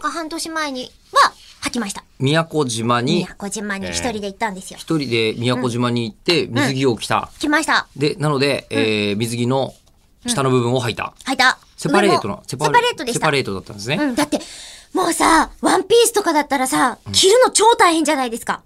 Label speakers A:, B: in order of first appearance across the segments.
A: か半年前には履きました。
B: 宮古島に、
A: 宮古島に一人で行ったんですよ。
B: 一人で宮古島に行って、水着を着た。
A: 来ました。
B: で、なので、えー水着の下の部分を履いた。
A: 履いた。
B: セパレートの、
A: 上もセパレートでし
B: セ
A: た
B: パ。レートだったんですね。
A: うん、だって、もうさ、ワンピースとかだったらさ、着るの超大変じゃないですか。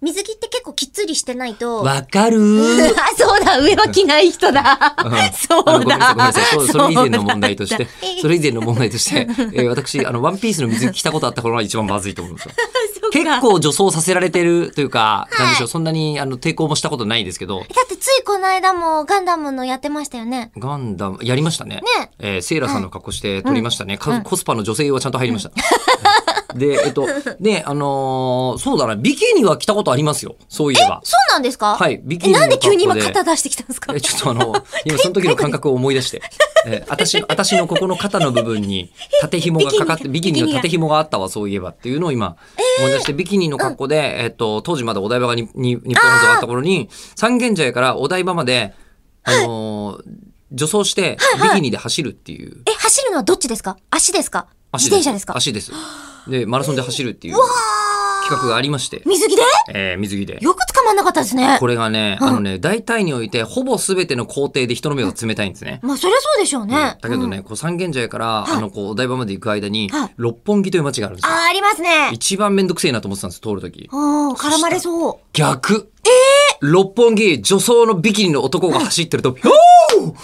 A: 水着って結構きっつりしてないと。
B: わ、かる ー。
A: あ そうだ、上は着ない人だ。 そ
B: あのご
A: う
B: めんなさ
A: だ
B: い、ごめんなさい。そう。それ以前の問題とし
A: そう
B: て
A: だ、
B: それ以前の問題と して、えー私、あの、ワンピースの水着着たことあった頃が一番まずいと思うんですよ。
A: そうか
B: 結構女装させられてるというか、なんでしょう、そんなにあの抵抗もしたことないですけど、
A: だってついこの間もガンダムのやってましたよね。
B: ガンダム、やりましたね。
A: ね
B: えーセイラさんの格好して撮りましたね。かコスパの女性用はちゃんと入りました。はい で、えっと、ね、あのーそうだな、ビキニは着たことありますよ。そういえば。
A: そうなんですか
B: はいビキ
A: え、
B: ニの
A: なんで急に今
B: 格好で
A: 肩出してきたんですか
B: えちょっとあの、今その時の感覚を思い出して、え ー私の、私のここの肩の部分 に縦紐がかかって、
A: ビ
B: ビ
A: キ
B: キ
A: ニ
B: ニ
A: が
B: の縦紐があったわ、そういえばっていうのを今、思い出して、ビキニの格好で、えっと、当時まだお台場がにに日本放送があった頃に、三軒茶屋からお台場まで、あのー女装して、ビキニで走るっていう。
A: え、走るのはどっちですか足ですか
B: 足
A: 自転車ですか
B: 足です。で、マラソンで走るっていう
A: あ
B: 企画がありまして
A: ー、水着で
B: えー水着で。
A: よく捕まんなかったですね。
B: これがね、あのね、大体において、ほぼ全ての工程で人の目が冷たいんですね。
A: まあ、そりゃそうでしょうね。
B: だけどね、
A: うん。
B: こう三軒茶屋から、あの、こう、お台場まで行く間に、
A: はい
B: 六本木という街があるんですよ。
A: あー、ありますね。
B: 一番めんどくせえなと思ってたんですよ、通るとき。
A: うん、絡まれそう。
B: 逆え六本木、女装のビキニの男が走ってると、おー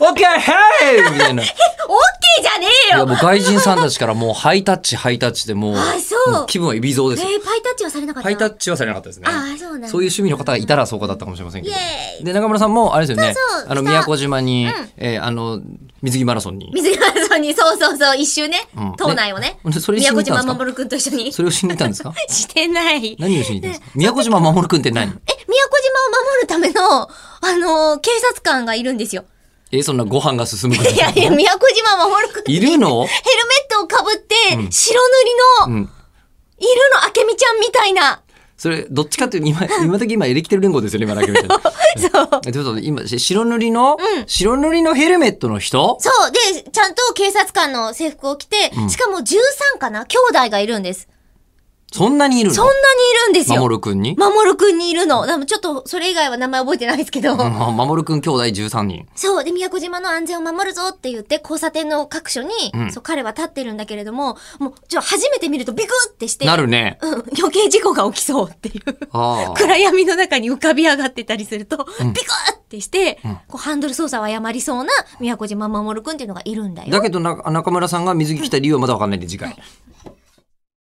B: オッケーヘイ みたいな。い
A: オッケーじゃねえ
B: や、
A: よ
B: もう外人さんたちからもうハイタッチ、ハイタッチでもう、
A: あそう
B: もう気分はエビゾーですよ。
A: えー、パイタッチはされなかった。
B: ハイタ
A: ッチ。
B: ッチはされなかったですね。
A: ああ、そうなんだ
B: そういう趣味の方がいたらそうかだったかもしれませんけど
A: イエー。イ
B: で、中村さんも、あれですよね
A: そうそう。
B: あの、
A: 来た
B: 宮古島に、えーあの、水着マラソンに。
A: 水原さんに、そうそうそう、一周ね
B: うん、
A: 島内をね、
B: ねそれ一
A: 宮
B: 緒に行
A: 古島
B: ったんですか
A: 守君と一緒に
B: それをしに行ったんですか
A: してない。え、宮古
B: 何をしに行ったんですか宮古島守くんって何
A: 島を守るための、あのー警察官がいるんですよ。
B: え、そんなご飯が進むこと
A: いやいや、宮古島守君。
B: いるの
A: ヘルメットをかぶって、白塗りの、
B: うん。
A: いるの、あけみちゃんみたいな。
B: それ、どっちかっていう、今、今時今、エレキテル連合ですよ ね、今、ラケみたいな。
A: そう。
B: えということで、今、し白塗りの、白塗りのヘルメットの人
A: そう。で、ちゃんと警察官の制服を着て、しかも13かな兄弟がいるんです。
B: そんなにいる
A: そんな
B: の
A: にいるんですよ。
B: 守くんに
A: 守るくんにいるの。でもちょっと、それ以外は名前覚えてないですけど。
B: うん守くん兄弟13人。
A: そう。で、宮古島の安全を守るぞって言って、交差点の各所に、
B: ん
A: そう、彼は立ってるんだけれども、もう、ちょ、初めて見るとビクってして、
B: なるね。
A: うん、余計事故が起きそうっていう。
B: ああ。
A: 暗闇の中に浮かび上がってたりすると、ビクってして、こう、ハンドル操作を誤りそうな宮古島守くんっていうのがいるんだよ。
B: だけどな、中村さんが水着着た理由はまだわかんないんで、次回。